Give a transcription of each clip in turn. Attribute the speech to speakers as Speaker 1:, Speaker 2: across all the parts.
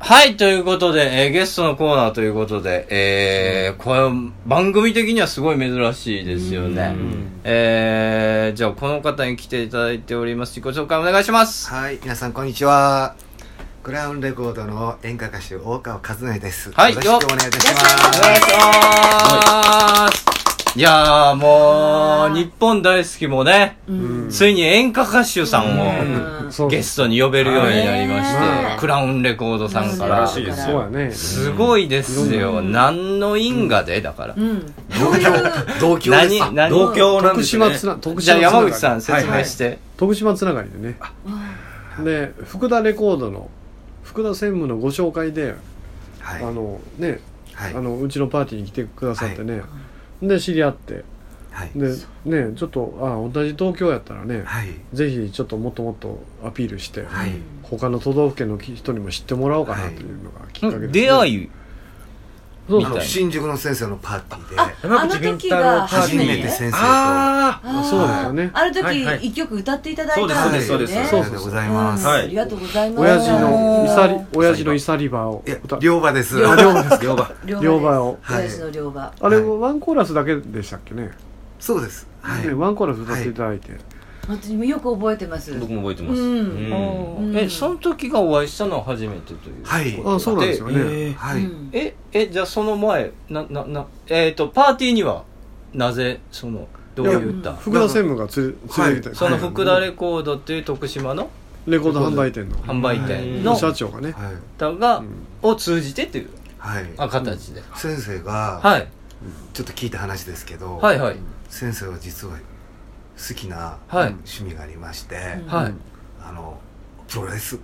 Speaker 1: はい、ということで、えーゲストのコーナーということで、えー、これ、番組的にはすごい珍しいですよね
Speaker 2: うん。
Speaker 1: えー、じゃあ、この方に来ていただいております。自己紹介お願いします。
Speaker 3: はい、皆さんこんにちは。クラウンレコードの演歌歌手大川和也です。
Speaker 1: はい
Speaker 3: よろしくお願いいたしま
Speaker 1: お願いします。いやー、もう、日本大好きもね、ついに演歌歌手さんを、
Speaker 2: そう
Speaker 1: ゲストに呼べるようになりまして、
Speaker 4: ねえ
Speaker 1: クラウンレコードさんから。
Speaker 4: 素晴らしいです
Speaker 2: そうやね。
Speaker 1: すごいですよ。何の因果でだから。
Speaker 4: うん。
Speaker 3: す。同居です。
Speaker 1: 何、何
Speaker 5: 同郷なん
Speaker 2: 徳
Speaker 5: です
Speaker 2: 島
Speaker 5: ね
Speaker 2: つな、徳
Speaker 1: じゃ
Speaker 2: 島
Speaker 1: あ
Speaker 2: つなが
Speaker 1: 山
Speaker 2: り
Speaker 1: 口さん説明して。
Speaker 2: 徳島つながりでね。で、福田レコードの、福田専務のご紹介で、
Speaker 3: は
Speaker 2: あ
Speaker 3: い。はい。
Speaker 2: の、ね、
Speaker 3: は
Speaker 2: あ
Speaker 3: い。
Speaker 2: の、うちのパーティーに来てくださってね。で、知り合って。
Speaker 3: はい。
Speaker 2: で、ね、ちょっと、あ、同じ東京やったらね、
Speaker 3: はい。
Speaker 2: ぜひちょっともっともっとアピールして、
Speaker 3: はい。
Speaker 2: 他の都道府県の人にも知ってもらおうかなというのがきっかけです、ね
Speaker 1: 出会い
Speaker 3: あの、
Speaker 2: そうそう
Speaker 1: みたい
Speaker 3: 新宿の先生のパーティーで、
Speaker 4: あの時が初
Speaker 3: 初
Speaker 4: め
Speaker 3: め
Speaker 4: て
Speaker 3: て先生
Speaker 5: あ
Speaker 4: あー
Speaker 2: そうですよね
Speaker 4: あの
Speaker 5: はいはい
Speaker 4: 時一曲歌っていただいたん
Speaker 3: そう
Speaker 4: で
Speaker 3: ですす
Speaker 4: よ
Speaker 3: そ
Speaker 4: ね。
Speaker 3: う
Speaker 5: です
Speaker 3: と。そ
Speaker 5: そうです
Speaker 3: うでございます。
Speaker 4: うん
Speaker 5: はい
Speaker 4: ありがとうございます。
Speaker 2: 親父のイサリ
Speaker 4: あ
Speaker 2: 親父のイサリバーを
Speaker 3: いや
Speaker 2: 歌、
Speaker 3: 両場です。
Speaker 4: 両
Speaker 5: あ両場
Speaker 4: ー
Speaker 2: 両場を
Speaker 4: です親父の両場。
Speaker 2: あれ
Speaker 3: はい
Speaker 2: ワンコーラスだけでしたっけね,、
Speaker 3: そうです。はい
Speaker 2: ね。ワンコーラス歌っていただいて、
Speaker 4: 本当によく覚えてます。
Speaker 5: 僕も覚えてます
Speaker 4: うん
Speaker 5: うん
Speaker 4: うん
Speaker 1: え、その時がお会いしたのは初めてという。
Speaker 3: はい。
Speaker 2: あそうなんですよね、
Speaker 5: えー
Speaker 3: は
Speaker 4: う
Speaker 3: い。
Speaker 4: ん
Speaker 1: え、え、じゃあその前、な、な、な、えっ、と、パーティーには、なぜ、その、どういっ
Speaker 2: い
Speaker 1: た
Speaker 2: や福田専務がつれ連れてきて、
Speaker 1: その
Speaker 2: はい
Speaker 1: 福田レコードっていう徳島の
Speaker 2: レコード販売店の
Speaker 1: 販売店
Speaker 5: の
Speaker 1: の
Speaker 2: 社長がね、
Speaker 3: はい。
Speaker 1: 方が
Speaker 2: うん、
Speaker 1: を通じてという
Speaker 3: はい。
Speaker 1: あ形で。
Speaker 3: 先生が、
Speaker 1: はい。
Speaker 3: ちょっと聞いた話ですけど、
Speaker 1: はいはい。
Speaker 3: 先生は実は好きな
Speaker 1: はい
Speaker 3: 趣味がありまして、
Speaker 1: はい。
Speaker 3: あの、プロレス。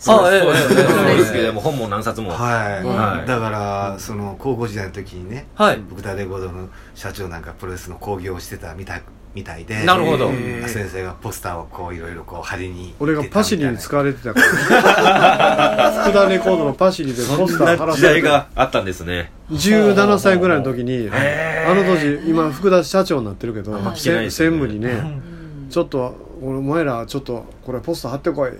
Speaker 5: そうで
Speaker 1: あええ
Speaker 5: すそうです
Speaker 1: ええ
Speaker 5: そうですけ
Speaker 1: ええ
Speaker 5: ども本も何冊も
Speaker 3: はい、
Speaker 5: はい
Speaker 3: だからその高校時代の時にね
Speaker 1: はい。
Speaker 3: 僕田レコードの社長なんかプロレスの興行をしてたみたいみたいで
Speaker 1: なるほど
Speaker 3: えー先生がポスターをこういろいろこう貼りに
Speaker 2: 俺がパシリに使
Speaker 3: う
Speaker 2: われてたから福田レコードのパシリでポスター貼ら
Speaker 5: 時
Speaker 2: さ
Speaker 5: 代
Speaker 2: れて
Speaker 5: があったんですね
Speaker 2: 17歳ぐらいの時にあの当時今福田社長になってるけど、
Speaker 4: あんま
Speaker 5: 聞けな
Speaker 2: 専
Speaker 5: いですよね
Speaker 2: 務にね、
Speaker 4: うん
Speaker 2: ちょっとおお前らちょっとこれポスター貼ってこい、うん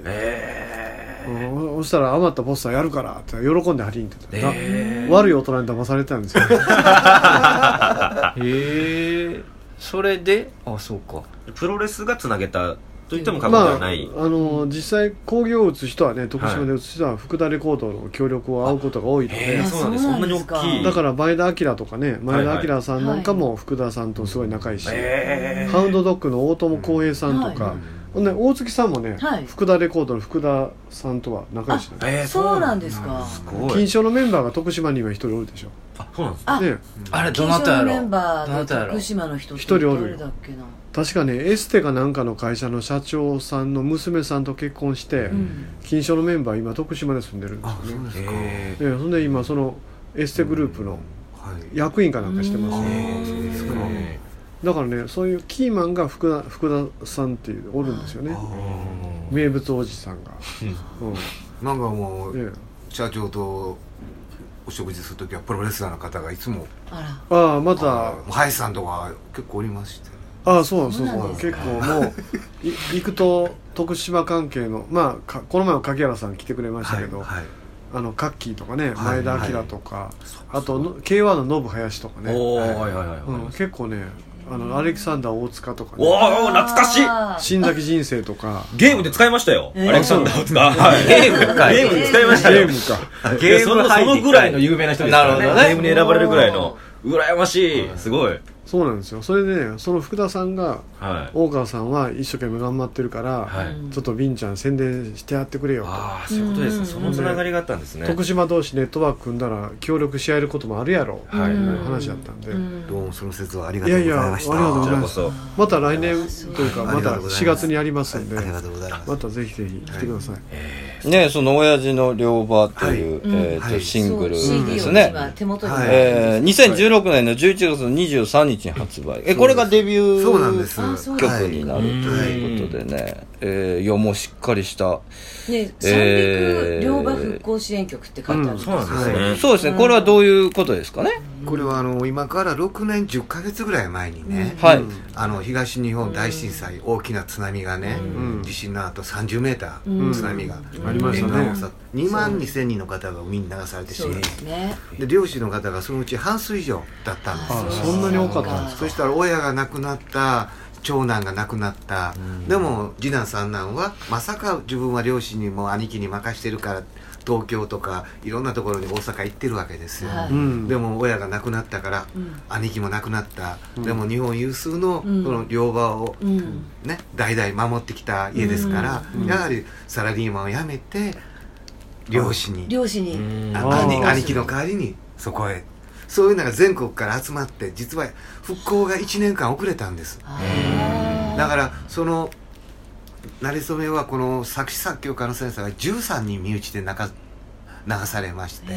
Speaker 2: そしたら余ったポスターやるからって喜んで貼りに行ってた、な悪い大人に騙されてたんですよ
Speaker 1: へえ。それで、あ、そうか。
Speaker 5: プロレスがつなげたと言っても過言で
Speaker 2: ま
Speaker 5: は
Speaker 2: ああ
Speaker 5: ない
Speaker 2: の実際工業を打つ人はね徳島で打つ人は福田レコードの協力を仰ぐことが多いの
Speaker 5: へ
Speaker 2: で
Speaker 5: えそうなんです
Speaker 4: あ
Speaker 5: そんなに大きい
Speaker 2: だから前田明とかね前田明さんなんかも福田さんとすごい仲いいし、
Speaker 5: え
Speaker 2: ハウンドドッグの大友康平さんとか、
Speaker 4: は
Speaker 2: ほんで大月さんもね、
Speaker 4: はい
Speaker 2: 福田レコードの福田さんとは仲良しなんで
Speaker 5: えー
Speaker 4: そうなんですか。
Speaker 5: すご
Speaker 2: 金
Speaker 5: い
Speaker 2: 賞のメンバーが徳島に今一人おるでしょ
Speaker 5: あそうなんです
Speaker 4: あ、
Speaker 2: ね
Speaker 1: あれ、ど
Speaker 4: 金
Speaker 1: な
Speaker 4: 賞
Speaker 1: たや
Speaker 4: の
Speaker 1: ろ
Speaker 4: メンバ
Speaker 1: どな
Speaker 4: ーで
Speaker 1: たやろ
Speaker 4: 徳島の人って
Speaker 2: 一人おる
Speaker 4: 誰
Speaker 2: よ
Speaker 4: だっけな。
Speaker 2: 確かねエステかなんかの会社の社長さんの娘さんと結婚して、
Speaker 4: うん
Speaker 2: 金賞のメンバー今徳島で住んでるんです
Speaker 3: あそうですか、
Speaker 5: え
Speaker 2: よ、ね、そんで今そのエステグループの
Speaker 3: はい
Speaker 2: 役員かなんかしてます
Speaker 3: うん
Speaker 2: ね
Speaker 3: あーそうですか
Speaker 5: え
Speaker 2: だからねそういうキーマンが福田福田さんっていうおるんですよね
Speaker 5: ー
Speaker 2: 名物おじさんが、う
Speaker 3: なんかも
Speaker 2: ん
Speaker 3: う
Speaker 2: ね、
Speaker 3: 社長とお食事する時はプロレスラーの方がいつも
Speaker 4: あ
Speaker 2: ああまた
Speaker 3: 林さんとか結構おりまして
Speaker 2: ああそうそう
Speaker 4: そうな
Speaker 2: そうん
Speaker 4: です
Speaker 2: 結
Speaker 4: か
Speaker 2: 構もうい行くと徳島関係のまあかこの前は柿原さん来てくれましたけど、
Speaker 3: はい、はい
Speaker 2: あのカッキーとかね、
Speaker 3: はい
Speaker 2: 前田
Speaker 3: は
Speaker 2: 明
Speaker 3: い
Speaker 2: とか、あとの K1 のノブ林とかね、
Speaker 5: おーはいはいは
Speaker 2: うん、
Speaker 5: いわかりました
Speaker 2: 結構ねあのアレキサンダー大塚とか
Speaker 5: お
Speaker 2: ね
Speaker 5: ー懐かしい
Speaker 4: あ
Speaker 2: 新崎人生とか
Speaker 5: ゲームで使いましたよア
Speaker 4: えー
Speaker 5: レキサンダーを使うはい
Speaker 1: ゲームかい
Speaker 5: ゲームで使いまし
Speaker 2: ゲ
Speaker 5: たよ
Speaker 2: ームか
Speaker 5: いやそのそのぐらいの
Speaker 1: 有
Speaker 5: 有名な人ですから
Speaker 1: な
Speaker 5: ね
Speaker 1: るほどね
Speaker 5: ゲームに選ばれるぐらいの羨ましいすごい
Speaker 2: そうなんですよそれでねその福田さんが
Speaker 5: はい
Speaker 2: 大川さんは一生懸命頑張ってるから、
Speaker 5: はい
Speaker 4: うん
Speaker 2: ちょっとビンちゃん宣伝してやってくれよと
Speaker 5: ああそういうことです
Speaker 4: う
Speaker 5: ね
Speaker 4: ん
Speaker 5: そのつながりがあったんですね
Speaker 2: 徳島同士ネットワーク組んだら協力し合えることもあるやろう、
Speaker 5: はい
Speaker 2: みたいな話だったんで、
Speaker 4: うん
Speaker 3: どうもその説はありがとうございました
Speaker 2: いやいやありがとう
Speaker 5: こ
Speaker 2: ござ
Speaker 5: ち
Speaker 2: い
Speaker 5: ら
Speaker 2: ま
Speaker 5: こ
Speaker 2: す
Speaker 5: そ
Speaker 2: また来年というか
Speaker 3: ありが
Speaker 2: また
Speaker 3: とうございます
Speaker 2: 4月にありますんで、
Speaker 3: ありがとうございます
Speaker 2: またぜひぜひ来てください、
Speaker 1: ねその親父の両場という、
Speaker 4: はい
Speaker 1: えー
Speaker 3: う
Speaker 1: と、
Speaker 3: ん
Speaker 1: シングルで
Speaker 4: そう CD
Speaker 1: す
Speaker 4: を
Speaker 1: ね。
Speaker 4: 今手元に
Speaker 3: はい
Speaker 1: えー、2016年の11月の23日に発売。え、これがデビュー。
Speaker 3: そうなんです
Speaker 4: あそう
Speaker 1: 曲になるということでね、えー、いやもうしっかりした、
Speaker 4: ね、三
Speaker 1: えー
Speaker 4: 陸両馬復興支援局って書いてあるんです
Speaker 5: そうなんですね
Speaker 1: そうですねこれはどういうことですかね、
Speaker 3: これはあの今から6年10ヶ月ぐらい前にね、
Speaker 1: はい
Speaker 3: あの東日本大震災、大きな津波がね、
Speaker 2: ん
Speaker 3: 地震の後30メータ
Speaker 4: う
Speaker 3: ー
Speaker 4: ん
Speaker 3: 津波が、
Speaker 2: ありましたね
Speaker 3: 沿岸をさ2万2000人の方が海に流されて死
Speaker 4: そう
Speaker 3: に
Speaker 4: ですね。
Speaker 3: で漁師の方がそのうち半数以上だったんですよ
Speaker 2: あそんなに多かったんです
Speaker 3: そしたら親が亡くなった長男が亡くなった、でも次男三男はまさか自分は両親にも兄貴に任してるから東京とかいろんなところに大阪行ってるわけですよ、
Speaker 4: はい
Speaker 2: うん
Speaker 3: でも親が亡くなったから、
Speaker 4: うん
Speaker 3: 兄貴も亡くなった、
Speaker 2: うん
Speaker 3: でも日本有数のそ
Speaker 4: うん
Speaker 3: の両場を、
Speaker 4: うん。
Speaker 3: ね、代々守ってきた家ですから、
Speaker 2: うん
Speaker 3: やはりサラリーマンを辞めて漁師に
Speaker 4: 漁師に。
Speaker 3: あ
Speaker 2: あー
Speaker 3: 兄兄貴の代わりにそこへそういうのが全国から集まって実は復興が1年間遅れたんですだ
Speaker 4: だ
Speaker 3: からそのなれそめはこの作詞作曲家の先生が13人身内で流流されまして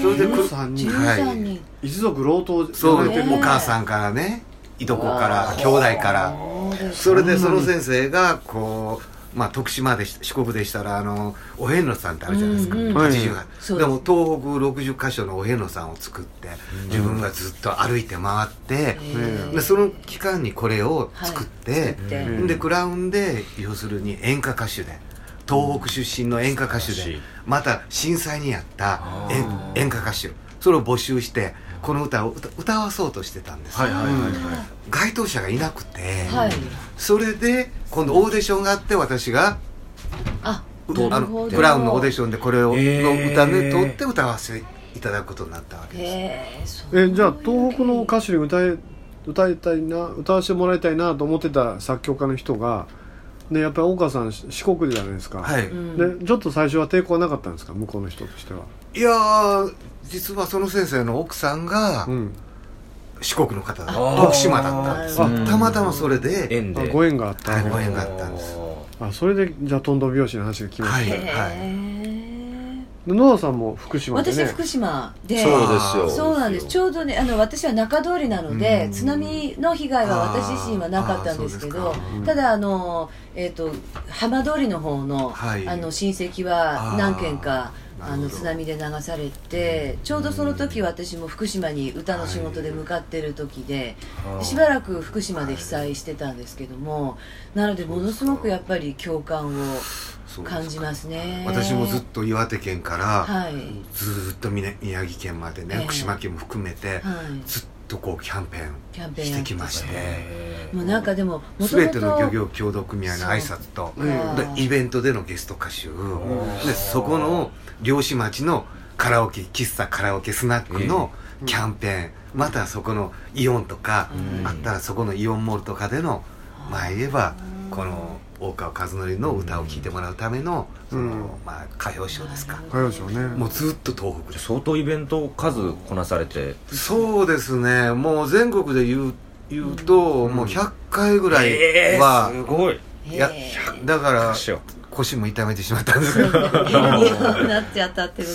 Speaker 3: それでく
Speaker 2: 13人
Speaker 3: は
Speaker 4: 13
Speaker 3: い、
Speaker 4: 人。
Speaker 2: 一族老頭で
Speaker 3: そう
Speaker 4: ね
Speaker 3: お母さんからねいとこから
Speaker 4: あー
Speaker 3: 兄弟から
Speaker 4: そうです
Speaker 3: それでその先生がこう、まあ、徳島でし四国でしたらあのお遍路さんってあるじゃないですか、
Speaker 4: うんうん
Speaker 2: はい
Speaker 3: 80
Speaker 4: そう
Speaker 3: で
Speaker 4: です
Speaker 3: も東北60箇所のお遍路さんを作って自分がずっと歩いて回って、
Speaker 4: へー
Speaker 3: でその期間にこれを作って、
Speaker 4: で
Speaker 2: うん
Speaker 3: でクラウンで要するに演歌歌手で東北出身の演歌歌手
Speaker 5: 素晴ら
Speaker 3: で
Speaker 5: しい
Speaker 3: また震災にやった演演歌歌手それを募集してこの歌を歌歌わそうとしてたんです、
Speaker 5: はいはいはいはい
Speaker 3: 該当者がいなくて、
Speaker 4: はい。
Speaker 3: それで今度オーディションがあって私が
Speaker 4: あ、
Speaker 3: あ
Speaker 4: なる
Speaker 3: の
Speaker 4: ほど。
Speaker 3: クラウンのオーディションでこれを、
Speaker 5: へー
Speaker 3: の歌ね取って歌わせていただくことになったわけです、
Speaker 4: へーそう
Speaker 2: えじゃあ東北の歌手に歌え歌いたいな歌わせてもらいたいなと思ってた作曲家の人がでやっぱり大川さんし四国じゃないですか、
Speaker 3: はい、
Speaker 4: うん
Speaker 2: でちょっと最初は抵抗はなかったんですか向こうの人としては、
Speaker 3: いやー実はその先生の奥さんが
Speaker 2: うん、
Speaker 3: 四国の方だ
Speaker 5: あー
Speaker 3: 徳島だったんです
Speaker 5: なるほど
Speaker 3: たまたまそれで
Speaker 5: 縁
Speaker 2: あ
Speaker 5: で
Speaker 2: ご縁があった、
Speaker 3: はいご縁があったんです
Speaker 2: あそれでじゃあとんどん拍子の話が来ました、
Speaker 3: はい
Speaker 4: へー
Speaker 2: で野田さんも福島で
Speaker 4: 私
Speaker 2: ね
Speaker 4: は福島で
Speaker 1: そうですよ
Speaker 4: そうなんですちょうどねあの私は中通りなので、
Speaker 3: うん
Speaker 4: 津波の被害は私自身はなかったんですけ
Speaker 3: あー
Speaker 4: ど
Speaker 3: そうですか
Speaker 2: うん
Speaker 4: ただあの、えー、と浜通りの方の,、
Speaker 3: はい
Speaker 4: あの親戚は何軒か
Speaker 3: あー
Speaker 4: あ
Speaker 3: なる
Speaker 4: の
Speaker 3: ほど
Speaker 4: 津波で流されてちょうどその時私も福島に歌の仕事で向かってる時で、しばらく福島で被災してたんですけどもなのでものすごくやっぱり共感を
Speaker 3: そうです
Speaker 4: 感じますね。
Speaker 3: 私もずっと岩手県から
Speaker 4: はい、
Speaker 3: ずーっとみな宮城県までね
Speaker 4: ええ
Speaker 3: 福島県も含め
Speaker 4: は
Speaker 3: て
Speaker 4: い
Speaker 3: ずっとこうキャンペ
Speaker 4: キャンペ
Speaker 3: ー
Speaker 4: ー
Speaker 3: ン
Speaker 4: ン
Speaker 3: してきまして
Speaker 4: もうなんかでももとも
Speaker 3: 全
Speaker 4: と
Speaker 3: ての漁業協同組合の挨拶と
Speaker 4: そううん
Speaker 3: でイベントでのゲスト歌手でそこの漁師町のカラオケ喫茶カラオケスナックのキャンペーンまたそこのイオンとか
Speaker 5: うん
Speaker 3: あったらそこのイオンモールとかでのまあ言えばこの大川和則の歌を聴いてもらうためのそ
Speaker 2: うん
Speaker 3: のまあ歌謡ショーですか
Speaker 4: なるほ
Speaker 2: 歌謡賞ね
Speaker 3: もうずっと東北です
Speaker 5: 相当イベント数こなされて
Speaker 3: そうですねもう全国で言う言うと、もう100回ぐらい
Speaker 5: えー
Speaker 3: は、
Speaker 5: すごい
Speaker 4: ど
Speaker 3: いや
Speaker 4: え
Speaker 3: だから
Speaker 5: 拍手を
Speaker 3: 腰も痛めてしまったんですけど
Speaker 4: えになっちゃったってこ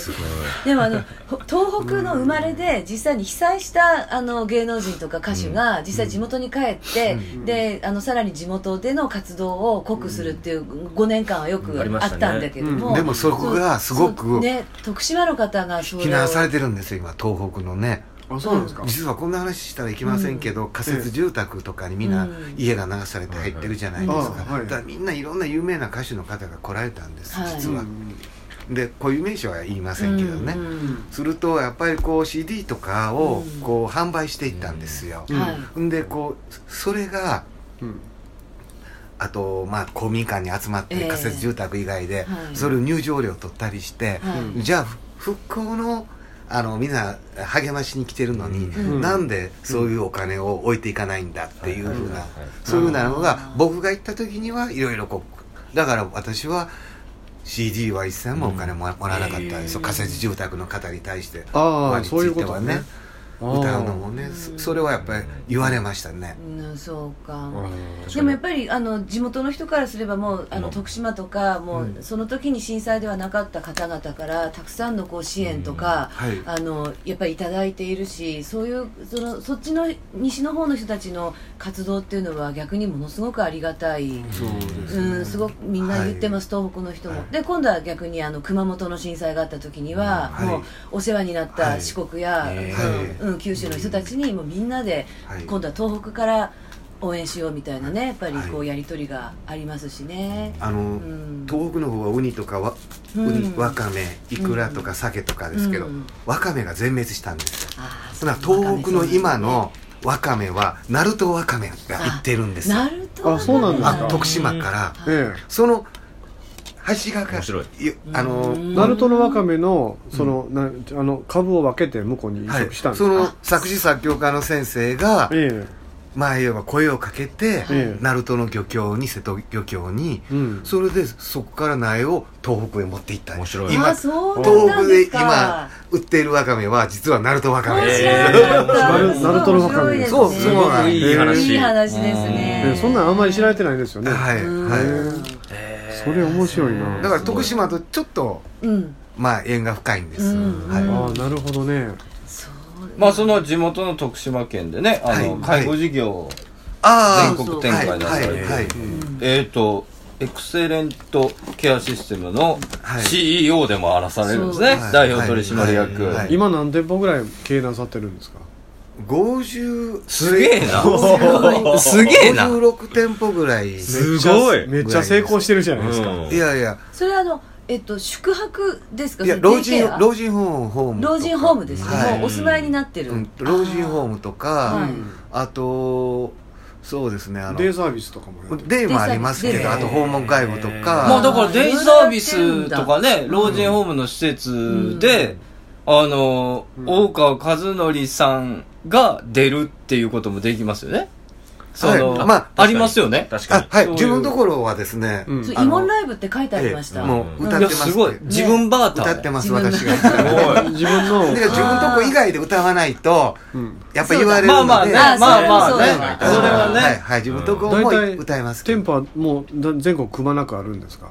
Speaker 4: とでもあのほ東北の生まれで実際に被災したあの芸能人とか歌手が実際地元に帰って、であのさらに地元での活動を濃くするっていう5年間はよく
Speaker 5: うんありま
Speaker 4: あ
Speaker 5: したね
Speaker 4: ったんだけども、
Speaker 3: うんでもそこがすごく
Speaker 4: そうね、徳島の方がそれを
Speaker 3: 避難されてるんですよ今東北のね
Speaker 2: あそうなんですか、
Speaker 3: 実はこんな話したらいけませんけど、仮設住宅とかにみん
Speaker 4: う
Speaker 3: なん家が流されて入ってるじゃないですか、
Speaker 2: うんあはい
Speaker 3: だからみんないろんな有名な歌手の方が来られたんです、
Speaker 4: はい
Speaker 3: 実
Speaker 2: う
Speaker 3: は
Speaker 2: ん
Speaker 3: で固有名詞は言いませんけどね、
Speaker 4: うんうん
Speaker 3: するとやっぱりこう CD とかをこう販売していったんですよ、
Speaker 2: うん
Speaker 4: はい
Speaker 3: んでこうそれが
Speaker 2: うん
Speaker 3: あと、まあ、公民館に集まって
Speaker 4: ええ
Speaker 3: 仮設住宅以外で、
Speaker 4: はい
Speaker 3: それを入場料取ったりして、
Speaker 4: はい
Speaker 2: うん
Speaker 3: じゃあふ復興のあのみんな励ましに来てるのに、
Speaker 2: うん
Speaker 3: なんでそういうお金を置いていかないんだっていうふうな、
Speaker 5: はいはいはい
Speaker 3: そういうふうなの
Speaker 4: あ
Speaker 3: が
Speaker 4: ー
Speaker 3: 僕が行った時にはいろいろこうだから私は CD は一銭もお金ももらわなかったんですよ、
Speaker 4: うん
Speaker 3: 仮設住宅の方に対して。
Speaker 2: あ
Speaker 3: ま
Speaker 2: あそういうことね
Speaker 3: ね歌うのもねそそれはやっぱり言われましたね
Speaker 4: うん、そう
Speaker 2: あ
Speaker 4: か
Speaker 2: ー
Speaker 4: でもやっぱりあの地元の人からすればもうあ
Speaker 5: う
Speaker 4: の
Speaker 5: ん
Speaker 4: 徳島とかもう
Speaker 2: うん
Speaker 4: その時に震災ではなかった方々からたくさんのこう支援とか、
Speaker 3: はい
Speaker 4: あのやっぱりいただいているしそういうそのそっちの西の方の人たちの活動っていうのは逆にものすごくありがたい。
Speaker 3: そうで
Speaker 4: うん、すごくみんな言ってます、東北の人も、
Speaker 3: はい
Speaker 4: で今度は逆にあの熊本の震災があった時には、
Speaker 3: はい
Speaker 4: もうお世話になっ
Speaker 3: は
Speaker 4: た
Speaker 3: い
Speaker 4: 四国や、
Speaker 1: え
Speaker 3: ー
Speaker 4: あのうん、九州の人たちにもうみんなで、
Speaker 3: はい
Speaker 4: 今度は東北から応援しようみたいなねやっぱりこ
Speaker 3: は
Speaker 4: うやり取りがありますしね、
Speaker 3: あの、
Speaker 4: ん
Speaker 3: 東北の方はウニとかわ,、
Speaker 4: うん
Speaker 3: ウニわかめイクラとか鮭とかですけど、
Speaker 4: うん
Speaker 3: わかめが全滅したんですよ
Speaker 4: あー
Speaker 3: ほな東北の今の
Speaker 4: そ
Speaker 3: わかめは鳴門わかめが行ってるんです
Speaker 4: う
Speaker 3: よ
Speaker 4: なんですねなると
Speaker 2: あそうなんです
Speaker 3: あ
Speaker 2: か
Speaker 3: 徳島から
Speaker 4: は
Speaker 2: え
Speaker 3: その橋がか
Speaker 5: 面白い
Speaker 3: いあの、
Speaker 4: うん
Speaker 2: え鳴門のわかめのその、なんあの株を分けて向こうに移
Speaker 3: はい
Speaker 2: 植したんです
Speaker 3: そ
Speaker 2: か、
Speaker 3: の作詞作曲家の先生が
Speaker 2: え
Speaker 3: 前よが声をかけて、
Speaker 2: ええ
Speaker 3: 鳴門の漁協に瀬戸漁協に
Speaker 2: えうん
Speaker 3: それでそこから苗を東北へ持っていったんです
Speaker 5: 面白い
Speaker 3: 今
Speaker 4: あそう
Speaker 3: 東
Speaker 4: な
Speaker 3: 北
Speaker 4: ん
Speaker 3: で
Speaker 4: ですか
Speaker 3: 今売っているわかめは実は鳴門わかめ
Speaker 4: 面
Speaker 3: です、
Speaker 5: え
Speaker 4: 白いなかった
Speaker 2: えーナルトのわかめ
Speaker 4: すごいです
Speaker 3: そ
Speaker 4: ね
Speaker 3: うそうなんです
Speaker 5: いい話
Speaker 4: いい話ですね、
Speaker 2: ええそんなんあんまり知られてないですよね、
Speaker 3: はい、
Speaker 4: うん
Speaker 3: は
Speaker 2: それ面白いな、
Speaker 3: い、だから徳島とちょっと
Speaker 4: うん
Speaker 3: まあ縁が深いんです、
Speaker 4: うん
Speaker 3: はい、
Speaker 2: ああなるほどね
Speaker 4: そう
Speaker 1: まあその地元の徳島県でね、あの、
Speaker 3: はい
Speaker 1: 介護事業を、
Speaker 3: ああ
Speaker 1: 全国展開だった
Speaker 3: は
Speaker 1: り
Speaker 3: いはいはい、
Speaker 1: えっ、ー、と、エクセレントケアシステムの
Speaker 3: はい
Speaker 1: CEO でもあらされるんですね、
Speaker 4: そう
Speaker 3: はい
Speaker 1: 代表取締役。
Speaker 3: はいはい
Speaker 2: 今何店舗ぐらい経営なさってるんですか
Speaker 3: 50
Speaker 1: すげえなすげえな
Speaker 3: 56店舗ぐらい
Speaker 5: すごい
Speaker 2: めっちゃ成功してるじゃないですか、
Speaker 5: うん
Speaker 3: いやいや
Speaker 4: それはあのえっと宿泊ですか
Speaker 3: いや
Speaker 4: それ
Speaker 3: 老人
Speaker 4: DK
Speaker 3: 老人ホームホームとか
Speaker 4: 老人ホームですね、
Speaker 3: はい
Speaker 4: もうお住まいになってる、
Speaker 3: うん老人ホームと
Speaker 4: は
Speaker 3: か
Speaker 4: い
Speaker 3: あとそうですねあの
Speaker 2: デイサービスとかもやってる
Speaker 3: デイもありますけ
Speaker 4: デイ
Speaker 3: ど
Speaker 4: サー
Speaker 3: あ
Speaker 4: ビス
Speaker 3: と訪問介護と
Speaker 1: まあ
Speaker 3: か
Speaker 1: だからデイサービスとかね、老人ホームの施設で、あの、
Speaker 2: うん
Speaker 1: 大川和則さんが出るっていうこともできますよね。その、
Speaker 3: はいまあ
Speaker 1: あ、りますよね。
Speaker 5: 確か
Speaker 3: あ
Speaker 5: に
Speaker 3: は
Speaker 1: そ
Speaker 3: い
Speaker 1: ういう
Speaker 3: 自分のところはですね
Speaker 2: うん
Speaker 4: そう
Speaker 3: あの
Speaker 4: 慰問ライブって書いてありまし
Speaker 3: え
Speaker 4: た、
Speaker 3: えもう歌っ
Speaker 1: い
Speaker 3: て
Speaker 1: や、
Speaker 3: ます
Speaker 1: すごい。自分バーター。
Speaker 3: 歌ってます
Speaker 4: 自分
Speaker 3: 私が
Speaker 4: す
Speaker 5: すごい
Speaker 2: 自分の、
Speaker 3: で自分のとこ以外で歌わないと
Speaker 2: うん、
Speaker 3: やっぱ言われるの
Speaker 1: まあ
Speaker 3: で
Speaker 1: まあね、ま
Speaker 4: あ
Speaker 1: あまあ
Speaker 4: そう
Speaker 1: ね
Speaker 4: だそう。
Speaker 1: そ
Speaker 4: だ
Speaker 1: れは
Speaker 3: はい
Speaker 1: ね。
Speaker 3: はい自分のとこも歌いますけど
Speaker 2: 店舗はもうだ全国くまなくあるんですか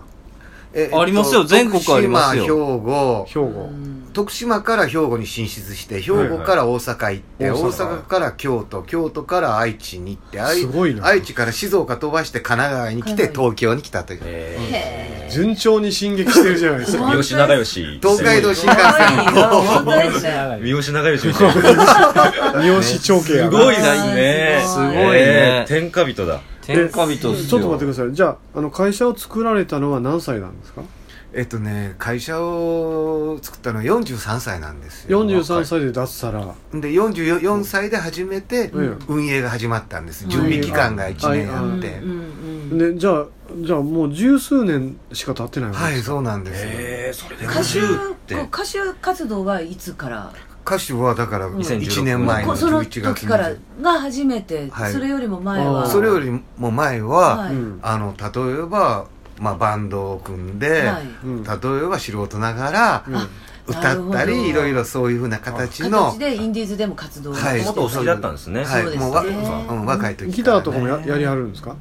Speaker 3: え
Speaker 1: ありますよ全国ありますよ
Speaker 3: 徳島兵庫
Speaker 2: 兵庫
Speaker 3: 徳島から兵庫に進出して兵庫から大阪行って、
Speaker 2: はいはい
Speaker 3: 大阪から京都京都から愛知に行って愛
Speaker 2: すごいな
Speaker 3: 愛知から静岡飛ばして神奈川に来
Speaker 4: 神
Speaker 3: て
Speaker 4: 奈川
Speaker 3: 東京に来たという
Speaker 4: へえ
Speaker 2: 順調に進撃してるじゃない ですか
Speaker 4: うん
Speaker 5: 吉永義
Speaker 3: 東海道
Speaker 4: す
Speaker 3: 新
Speaker 4: ごい
Speaker 3: 幹線
Speaker 4: 本当ですね
Speaker 5: 三好長吉みたいな
Speaker 2: 三好長慶やな
Speaker 5: すごいですね
Speaker 4: すごい
Speaker 5: えー天下人だ
Speaker 1: 天下人
Speaker 2: ちょっと待ってくださいじゃああの会社を作られたのは何歳なんですか
Speaker 3: えっとね会社を作ったのは43歳なんですよ
Speaker 2: 43歳で脱サラ
Speaker 3: で44歳で初めて
Speaker 2: うん
Speaker 3: 運営が始まったんです、
Speaker 4: うん
Speaker 3: 準備期間が1年
Speaker 2: う
Speaker 3: あ
Speaker 4: うん
Speaker 3: って、
Speaker 4: うんうん
Speaker 2: でじゃあじゃあもう十数年しか経ってないわ
Speaker 3: は
Speaker 2: け
Speaker 3: い
Speaker 2: ですか
Speaker 3: そうなんですよ、
Speaker 5: それで
Speaker 4: 歌手
Speaker 5: 50
Speaker 4: こう歌手活動はいつから
Speaker 3: 歌手はだから
Speaker 4: うん
Speaker 3: 1年前
Speaker 4: こ
Speaker 3: の
Speaker 4: うその
Speaker 3: 11
Speaker 4: 時
Speaker 3: 月に
Speaker 4: からが初めて、
Speaker 3: はい
Speaker 4: それよりも前
Speaker 2: あ
Speaker 4: は
Speaker 2: ー
Speaker 3: それよりも前は、
Speaker 4: はい
Speaker 2: うん
Speaker 3: あの例えば、まあ、バンドを組んで、
Speaker 4: はい
Speaker 2: うん
Speaker 3: 例えば素人ながら
Speaker 2: うん
Speaker 4: あなる
Speaker 3: 歌
Speaker 4: ほ
Speaker 3: っ
Speaker 4: ど
Speaker 3: たりいろいろそういうふうな形の
Speaker 4: 形でインディーズでも活動を
Speaker 3: はい
Speaker 5: もっとお好きだったんですね
Speaker 3: はい
Speaker 4: そうですね
Speaker 3: もうわ、うん、若い時
Speaker 2: ギ
Speaker 3: か
Speaker 2: タ
Speaker 3: らね
Speaker 2: ーとかもややりはるんですか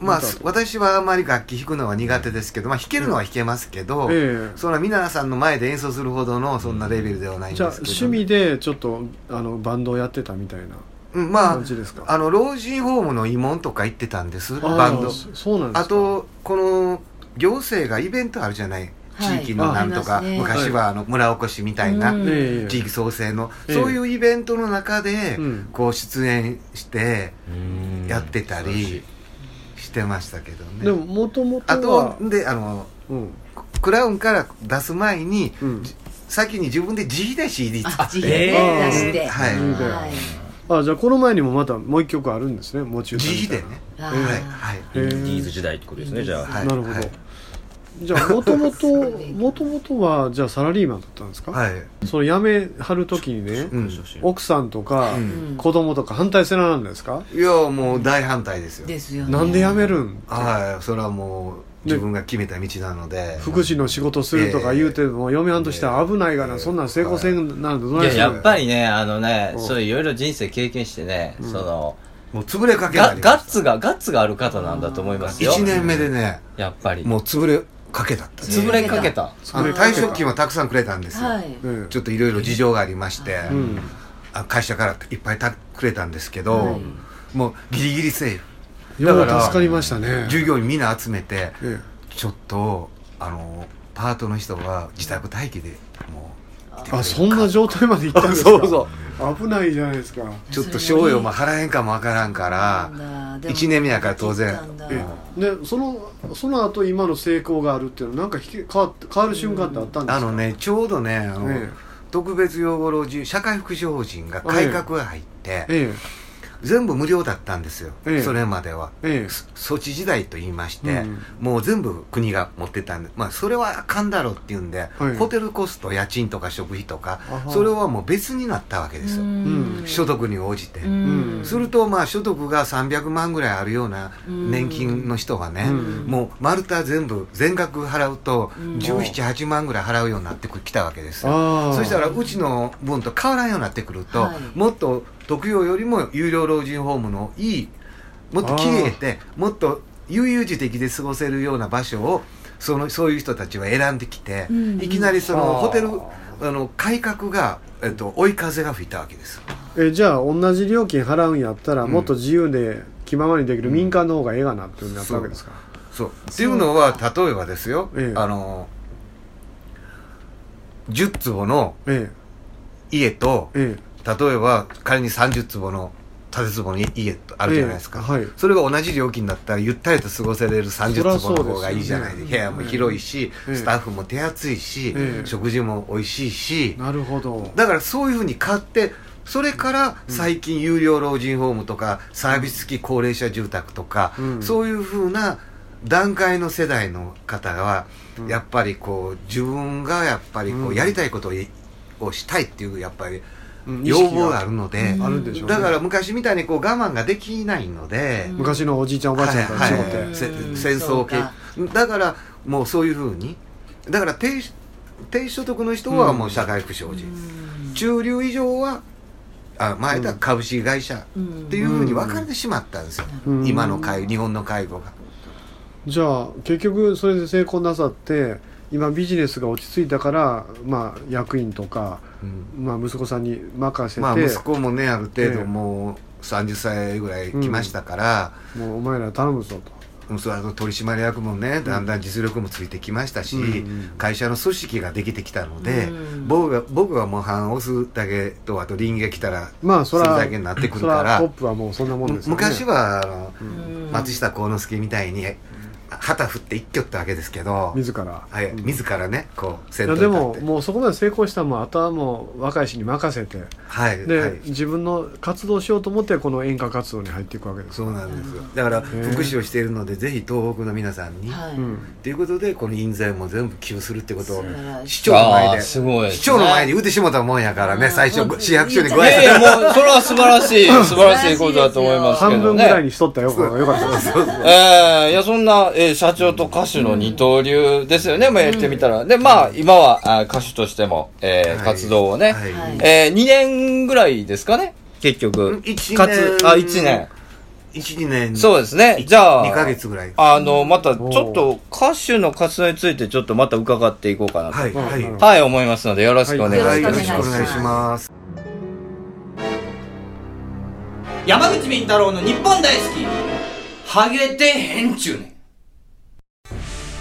Speaker 3: まあ
Speaker 2: ギター
Speaker 3: 私はあまり楽器弾くのは苦手ですけど、まあ、弾けるのは弾けますけど、
Speaker 2: ええ
Speaker 3: そんな皆さんの前で演奏するほどのそんなレベルではないんですけ
Speaker 2: じゃあ
Speaker 3: ど、
Speaker 2: 趣味でちょっとあのバンドをやってたみたいな
Speaker 3: うんまあ
Speaker 2: 感じですか
Speaker 3: あの老人ホームの慰問とか行ってたんです
Speaker 2: あー
Speaker 3: バンド
Speaker 2: そそうなんです
Speaker 3: あ
Speaker 2: か
Speaker 3: とこの行政がイベントあるじゃない
Speaker 4: はい
Speaker 3: 地域のなんとか、
Speaker 4: ありますね
Speaker 3: 昔はあの村おこしみたいな、
Speaker 4: うん
Speaker 2: ええ
Speaker 3: 地域創生の、
Speaker 2: ええ
Speaker 3: そういうイベントの中で、
Speaker 2: うん
Speaker 3: こう出演して
Speaker 5: うん
Speaker 3: やってたりしてましたけどね
Speaker 2: でももともと
Speaker 3: あ
Speaker 2: は
Speaker 3: とであの
Speaker 2: うん
Speaker 3: クラウンから出す前に
Speaker 2: うん
Speaker 3: 先に自分で自費で CD 作
Speaker 4: あ
Speaker 3: っ
Speaker 4: 自費で出して、
Speaker 3: て、はい
Speaker 2: うんあじゃあこの前にもまたもう一曲あるんですねもう中
Speaker 3: 自費でね
Speaker 4: あ
Speaker 3: はい
Speaker 4: ー
Speaker 3: はい
Speaker 5: インディーズ時代ってことですねじゃあ
Speaker 3: はい
Speaker 2: なるほど、
Speaker 3: はい
Speaker 2: じゃあもともと
Speaker 4: そうね
Speaker 2: もともとはじゃあサラリーマンだったんですか、
Speaker 3: はい、
Speaker 2: その辞めはる時にね、
Speaker 3: うん、
Speaker 2: 奥さんとか、
Speaker 3: うん
Speaker 2: 子供とか反対せななんですか、
Speaker 3: いやもう大反対ですよ
Speaker 4: ですよね
Speaker 2: なんで辞めるん
Speaker 3: はいそれはもう自分が決めた道なので
Speaker 2: 福祉の仕事するとか言うても、嫁はんとしては危ないがな、そんなん成功せんなんてど
Speaker 1: い
Speaker 2: ない
Speaker 1: や
Speaker 2: する
Speaker 1: や
Speaker 2: ん
Speaker 1: っぱりねあのね
Speaker 2: うん
Speaker 1: そういろいろ人生経験してね、その
Speaker 3: もう潰れかけにな
Speaker 1: ガ
Speaker 3: りま
Speaker 1: ガッ
Speaker 3: し
Speaker 1: ツがガッツがある方なんだと思いますよ
Speaker 3: 1年目でね
Speaker 1: やっぱり
Speaker 3: もう潰れかけたって
Speaker 1: 潰れかけた
Speaker 3: あの
Speaker 2: 潰れ
Speaker 3: 退職金はたくさんくれたんですよ、
Speaker 4: はい
Speaker 2: うん
Speaker 3: ちょっといろいろ事情がありまして、
Speaker 2: ん
Speaker 3: あ会社からいっぱいたくれたんですけど、
Speaker 4: はい
Speaker 3: もうギリギリセーフ
Speaker 2: よう助かりましたね
Speaker 3: 従業員みんな集めて、
Speaker 2: え
Speaker 3: ちょっとあのパートの人は自宅待機でもう来てくれるか
Speaker 2: あそんな状態まで行ったんですか
Speaker 3: そうそ
Speaker 2: 危ないじゃないですか
Speaker 3: ちょっと賞与も払えんかもわからんから
Speaker 4: なんだ
Speaker 3: 1年目やから当然
Speaker 4: でも
Speaker 3: うん
Speaker 4: あ
Speaker 2: でそのその後今の成功があるっていうのはなんか引き変わって変わる瞬間ってあったんですか
Speaker 3: あのねちょうどねあの、
Speaker 2: ええ
Speaker 3: 特別養護老人社会福祉法人が改革が入って、
Speaker 2: え
Speaker 3: 全部無料だったんですよ、
Speaker 2: ええ
Speaker 3: それまでは、
Speaker 2: えええ
Speaker 3: そ措置時代と言いまして、
Speaker 2: うん
Speaker 3: もう全部国が持ってたんで、まあ、それはあかんだろうっていうんで、
Speaker 2: はい
Speaker 3: ホテルコスト家賃とか食費とか
Speaker 2: あは
Speaker 3: それはもう別になったわけですよ、
Speaker 4: うん
Speaker 3: 所得に応じて、
Speaker 4: うん
Speaker 3: するとまあ所得が300万ぐらいあるような
Speaker 4: うん
Speaker 3: 年金の人はね、
Speaker 2: うん
Speaker 3: もう丸太全部全額払うと
Speaker 4: うん
Speaker 3: 178万ぐらい払うようになってきたわけですよ
Speaker 2: ああ
Speaker 3: そしたらうちの分と変わらんようになってくると、
Speaker 4: はい
Speaker 3: もっと特養よりも有料老人ホームのいいもっと綺麗でもっと悠々自適で過ごせるような場所をそのそういう人たちは選んできて、
Speaker 4: うん
Speaker 3: いきなりその
Speaker 2: あー
Speaker 3: ホテルあの改革が、えっと、追い風が吹いたわけです。
Speaker 2: えじゃあ同じ料金払うんやったら
Speaker 3: ん
Speaker 2: もっと自由で気ままにできる民間の方がええがなっていうふうになったわけですか
Speaker 3: そうっていうのは例えばですよ、
Speaker 2: ええ
Speaker 3: あの10坪の
Speaker 2: え
Speaker 3: 家と
Speaker 2: えええ
Speaker 3: 例えば仮に30坪の建て坪の家あるじゃないですか、
Speaker 2: ええはい
Speaker 3: それが同じ料金だったらゆったりと過ごせれる
Speaker 2: そりゃ
Speaker 3: 30坪
Speaker 2: そう
Speaker 3: の
Speaker 2: ですよね
Speaker 3: 方がいいじゃないで
Speaker 2: うん
Speaker 3: 部屋も広いし、
Speaker 2: ええ
Speaker 3: スタッフも手厚いし、
Speaker 2: ええ
Speaker 3: 食事も美味しいし、
Speaker 2: なるほど
Speaker 3: だからそういうふうに買ってそれから最近有料老人ホームとかサービス付き高齢者住宅とか、
Speaker 2: うん
Speaker 3: そういうふうな段階の世代の方は
Speaker 2: うん
Speaker 3: やっぱりこう自分がやっぱりこ
Speaker 2: う
Speaker 3: うんやりたいことをいをしたいっていうやっぱり
Speaker 2: うん
Speaker 3: 要望があるの
Speaker 4: う
Speaker 3: で
Speaker 2: 意識があるんでしょうね
Speaker 3: だから昔みたいにこう我慢ができないので
Speaker 4: うん
Speaker 2: 昔のおじいちゃんおばあちゃんから
Speaker 3: はい
Speaker 2: 違
Speaker 3: は
Speaker 2: っ
Speaker 3: い
Speaker 2: て、
Speaker 3: せ
Speaker 4: うん
Speaker 3: 戦争系だからもうそういうふうにだから低低所得の人はもう社会福祉法人、中流以上はあ前だ株式会社っていうふうに分かれてしまったんですよ、
Speaker 2: うん
Speaker 3: 今の介日本の介護が
Speaker 2: じゃあ結局それで成功なさって今ビジネスが落ち着いたから、まあ、役員とか、
Speaker 3: うん
Speaker 2: まあ、息子さんに任せて、
Speaker 3: まあ息子もねある程
Speaker 2: ええ
Speaker 3: 度もう30歳ぐらい来ましたから、
Speaker 2: もうお前ら頼むぞと
Speaker 3: うんそれはあの取締役もねだんだん実力もついてきましたし、
Speaker 2: うん
Speaker 3: 会社の組織ができてきたので、
Speaker 4: うん
Speaker 3: 僕が僕が模範を押すだけとあと倫理が来たら
Speaker 2: まあそれ
Speaker 3: する
Speaker 2: は
Speaker 3: だけになってく
Speaker 2: そ
Speaker 3: る
Speaker 2: れ
Speaker 3: か
Speaker 2: は
Speaker 3: ら
Speaker 2: トップはもうそんなもんですよね
Speaker 3: 昔はあの、
Speaker 4: ん
Speaker 3: 松下幸之助みたいに旗振って一挙ったわけですけど
Speaker 2: 自ら、
Speaker 3: はい、
Speaker 2: うん
Speaker 3: 自らねこう
Speaker 2: い
Speaker 3: 先頭
Speaker 2: や
Speaker 3: に
Speaker 2: で
Speaker 3: 立
Speaker 2: も
Speaker 3: って
Speaker 2: もうそこまで成功したらもうあとはもう若い人に任せて
Speaker 3: はい、
Speaker 2: で、
Speaker 3: はい、
Speaker 2: 自分の活動しようと思ってこの演歌活動に入っていくわけです
Speaker 3: そうなんですよだから
Speaker 2: ー
Speaker 3: 福祉をしているのでぜひ東北の皆さんに、
Speaker 4: はい
Speaker 2: うん
Speaker 3: ということでこの印税も全部寄付するってことを
Speaker 4: 素晴らしい
Speaker 3: 市長の前
Speaker 1: あー
Speaker 3: です
Speaker 1: ごいですね
Speaker 3: 市長の前に打ってしもたもんやから
Speaker 4: う
Speaker 3: ね
Speaker 4: ん
Speaker 3: 最
Speaker 4: う
Speaker 3: 初
Speaker 4: ん
Speaker 3: 市役所にご
Speaker 1: い
Speaker 3: 挨
Speaker 1: やいや
Speaker 3: 拶
Speaker 1: もうそれは素晴らし い素晴らしいことだと思いますけ
Speaker 2: 半
Speaker 1: ど
Speaker 2: 分ぐ
Speaker 1: ね
Speaker 2: らいにしとったよこれはよかったです
Speaker 1: えー、いやそんな、えー社長と歌手の二刀流ですよね、まあやってみたら、でまあ今はあー歌手としても、えー
Speaker 3: はい
Speaker 1: 活動をね、
Speaker 3: はい
Speaker 4: はい
Speaker 1: え2年ぐらいですかね結
Speaker 3: う
Speaker 1: 局
Speaker 3: ん一
Speaker 1: かつ
Speaker 3: 年
Speaker 1: あ1年
Speaker 3: 1年
Speaker 1: そうですねじゃあ
Speaker 3: 2ヶ月ぐらい
Speaker 1: あのまたちょっと歌手の活動についてちょっとまた伺っていこうかなと
Speaker 3: はいはい、
Speaker 2: うん
Speaker 1: はい、思いますのでよろしくお
Speaker 3: は
Speaker 1: 願い
Speaker 3: い、
Speaker 1: い
Speaker 3: よ
Speaker 1: た
Speaker 3: ろ
Speaker 1: し
Speaker 3: しく
Speaker 1: ま
Speaker 3: お
Speaker 1: す
Speaker 3: 願いします
Speaker 6: 山口敏太郎の日本大好きハゲてへんちゅうね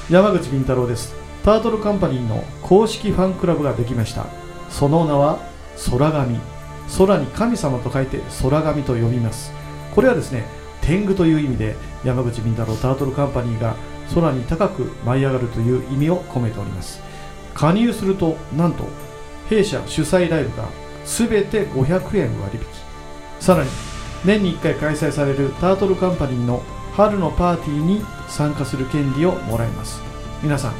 Speaker 6: ん
Speaker 7: 山口敏太郎ですタートルカンパニーの公式ファンクラブができましたその名は空神空に神様と書いて空神と呼びますこれはですね天狗という意味で山口敏太郎タートルカンパニーが空に高く舞い上がるという意味を込めております加入するとなんと弊社主催ライブが全て500円割引さらに年に1回開催されるタートルカンパニーの春のパーティーに参加する権利をもらえます皆さん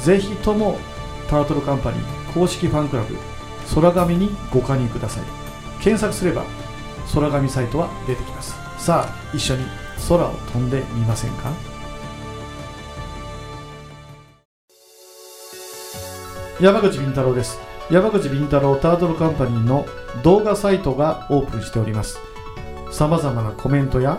Speaker 7: ぜひともタートルカンパニー公式ファンクラブ空紙にご加入ください検索すれば空紙サイトは出てきますさあ一緒に空を飛んでみませんか山口敏太郎です山口敏太郎タートルカンパニーの動画サイトがオープンしておりますさまざまなコメントや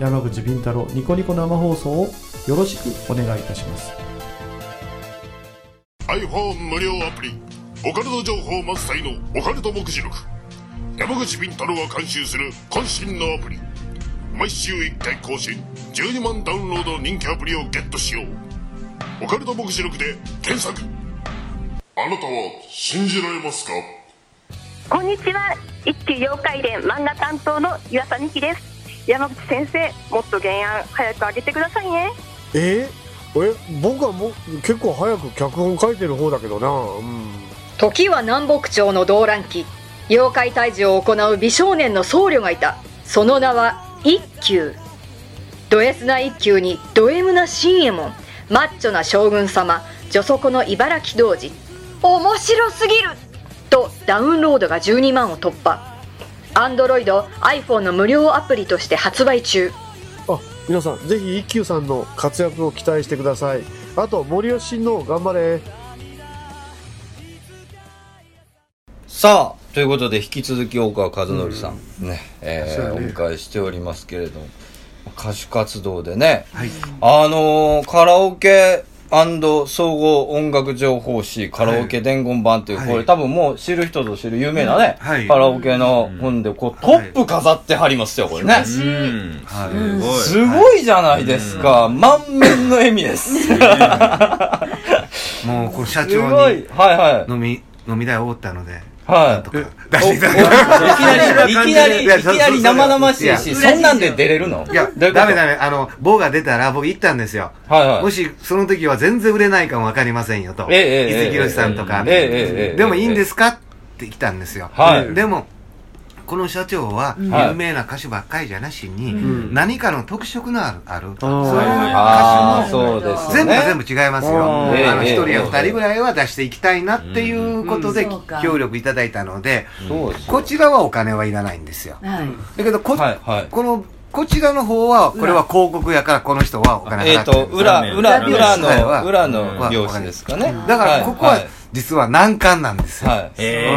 Speaker 7: 山口敏太郎ニコニコ生放送をよろしくお願いいたします
Speaker 8: iPhone 無料アプリオカルト情報満載のオカルト目次録山口敏太郎が監修する渾身のアプリ毎週1回更新12万ダウンロードの人気アプリをゲットしようオカルト目次録で検索あなたは信じられますか
Speaker 9: こんにちは一級妖怪伝漫画担当の岩佐美希です山口先生もっと原案早く上げてくださいね
Speaker 10: ええ僕はもう結構早く脚本書いてる方だけどなうん
Speaker 11: 時は南北朝の動乱期妖怪退治を行う美少年の僧侶がいたその名は一休ド S な一休にド M な新右衛門マッチョな将軍様女底の茨城童子面白すぎるとダウンロードが12万を突破 Android、iPhone の無料アプリとして発売中
Speaker 10: あ皆さんぜひ一休さんの活躍を期待してくださいあと森吉親王頑張れ
Speaker 1: さあということで引き続き大川和則さん、ねえ
Speaker 2: そう
Speaker 1: ー
Speaker 2: や
Speaker 1: お
Speaker 2: ね
Speaker 1: 迎えしておりますけれども歌手活動でね、あのーカラオケ総合音楽情報誌カラオケ伝言版という、
Speaker 3: はい
Speaker 1: これ多分もう知る人ぞ知る有名なね、
Speaker 3: はい
Speaker 1: カラオケの本でこうトップ飾ってはりますよこれね、
Speaker 5: うーん。
Speaker 3: はい
Speaker 5: すご
Speaker 1: す
Speaker 5: い。
Speaker 1: ごいじゃないですか、満面の笑みです
Speaker 3: もうこの社
Speaker 1: す
Speaker 3: 長
Speaker 1: ごい
Speaker 3: に
Speaker 1: はいはい
Speaker 3: 飲み飲み代をおったのでなん
Speaker 1: はい
Speaker 3: とか出していただき
Speaker 1: いきなり、いきなり、いきなり生々しい
Speaker 3: い
Speaker 1: し、そんなんで出れるの
Speaker 3: いや、
Speaker 1: どういうこと
Speaker 3: ダメダメ。あの、棒が出たら僕行ったんですよ。
Speaker 1: はいはい。
Speaker 3: もし、その時は全然売れないかもわかりませんよと。
Speaker 1: ええええええ
Speaker 3: 伊勢博さんとか。
Speaker 1: ええええええ
Speaker 3: でもいいんですかって来たんですよ。
Speaker 1: はい
Speaker 3: でも、この社長は、
Speaker 1: はい
Speaker 3: 有名な歌手ばっかりじゃなしに、
Speaker 2: ん
Speaker 3: 何かの特色のある、ある。そういう
Speaker 1: ああ、
Speaker 3: 歌手も、
Speaker 1: そうですね。
Speaker 3: 全部が全部違いますよ。
Speaker 2: あ
Speaker 1: ー
Speaker 3: あの、
Speaker 1: ええ
Speaker 3: 一人や
Speaker 1: ええ
Speaker 3: 二人ぐらいは出していきたいなっていうことで
Speaker 4: うんそうか、
Speaker 3: 協力いただいたので、
Speaker 1: そうですよ
Speaker 3: こちらはお金はいらないんですよ。
Speaker 4: はい
Speaker 3: だけど、こ、
Speaker 1: はいはい
Speaker 3: この、こちらの方は、これは広告やから、この人はお金
Speaker 1: え
Speaker 3: 払
Speaker 1: っ
Speaker 3: ってる
Speaker 1: と、
Speaker 3: んですよ
Speaker 1: 裏、裏、裏
Speaker 3: はいは
Speaker 1: の、
Speaker 3: い
Speaker 1: 裏の漁師ですかね。
Speaker 3: だから、ここは
Speaker 1: はい、
Speaker 3: 実は難関なんですよ。
Speaker 1: はい。
Speaker 5: え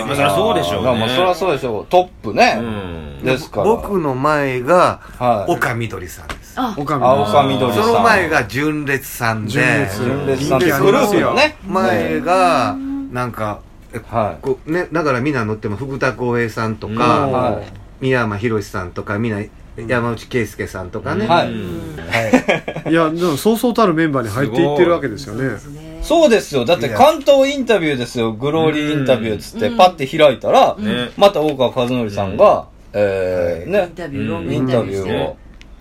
Speaker 5: え。まあそりゃそうでしょう
Speaker 1: まあまあ
Speaker 5: ね。
Speaker 1: そりゃそうでしょう。トップ
Speaker 5: う
Speaker 1: ね。
Speaker 5: ん。
Speaker 1: ですから。
Speaker 3: 僕の前が、
Speaker 1: はい
Speaker 3: 岡みどりさんです。
Speaker 4: あ
Speaker 2: おかみ
Speaker 1: 青か緑さん。
Speaker 3: その前、が純烈さん
Speaker 2: 純
Speaker 3: で、
Speaker 2: 烈
Speaker 1: 純烈さん。
Speaker 2: 人気あり
Speaker 1: グル
Speaker 2: ま
Speaker 1: ー
Speaker 2: す
Speaker 1: プ
Speaker 2: よ
Speaker 1: のね。
Speaker 3: 前が、なんか、え
Speaker 1: はい
Speaker 3: こうね、だからみんな乗っても、福田光栄さんと
Speaker 5: うん
Speaker 1: は
Speaker 3: か、
Speaker 1: い
Speaker 3: 宮山博さんとか、みんな、山内圭介さんとかね。
Speaker 1: はい
Speaker 2: いやでもそうそうたるメンバーに入っていってるわけですよね
Speaker 1: そうですよ。だって関東インタビューですよ。グローリーインタビューっつって、パッて開いたら、
Speaker 5: ね。
Speaker 1: また大川和則さんが、えー、
Speaker 4: イ
Speaker 1: ね
Speaker 4: ン、タビューロング
Speaker 1: イ
Speaker 4: イン
Speaker 1: ン
Speaker 4: タ
Speaker 1: タ
Speaker 4: ビ
Speaker 1: ビ
Speaker 4: ュー
Speaker 1: ュ
Speaker 4: して
Speaker 1: ー
Speaker 4: る
Speaker 1: を、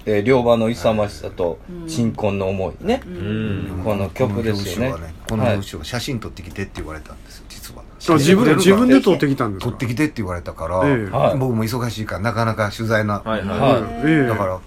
Speaker 1: えー、両場の勇ましさと、鎮魂の思いね、
Speaker 5: うん。
Speaker 1: この曲ですよね
Speaker 3: この表紙はこの表紙を写真撮ってきてって言われたんですよ、実は。
Speaker 2: あ自分で自分で撮ってきたんです
Speaker 3: 撮
Speaker 2: か
Speaker 3: ってきてって言われたから、
Speaker 2: ええ
Speaker 1: はい
Speaker 3: 僕も忙しいからなかなか取材な、
Speaker 5: はいはい。
Speaker 1: は
Speaker 2: ええ
Speaker 3: だから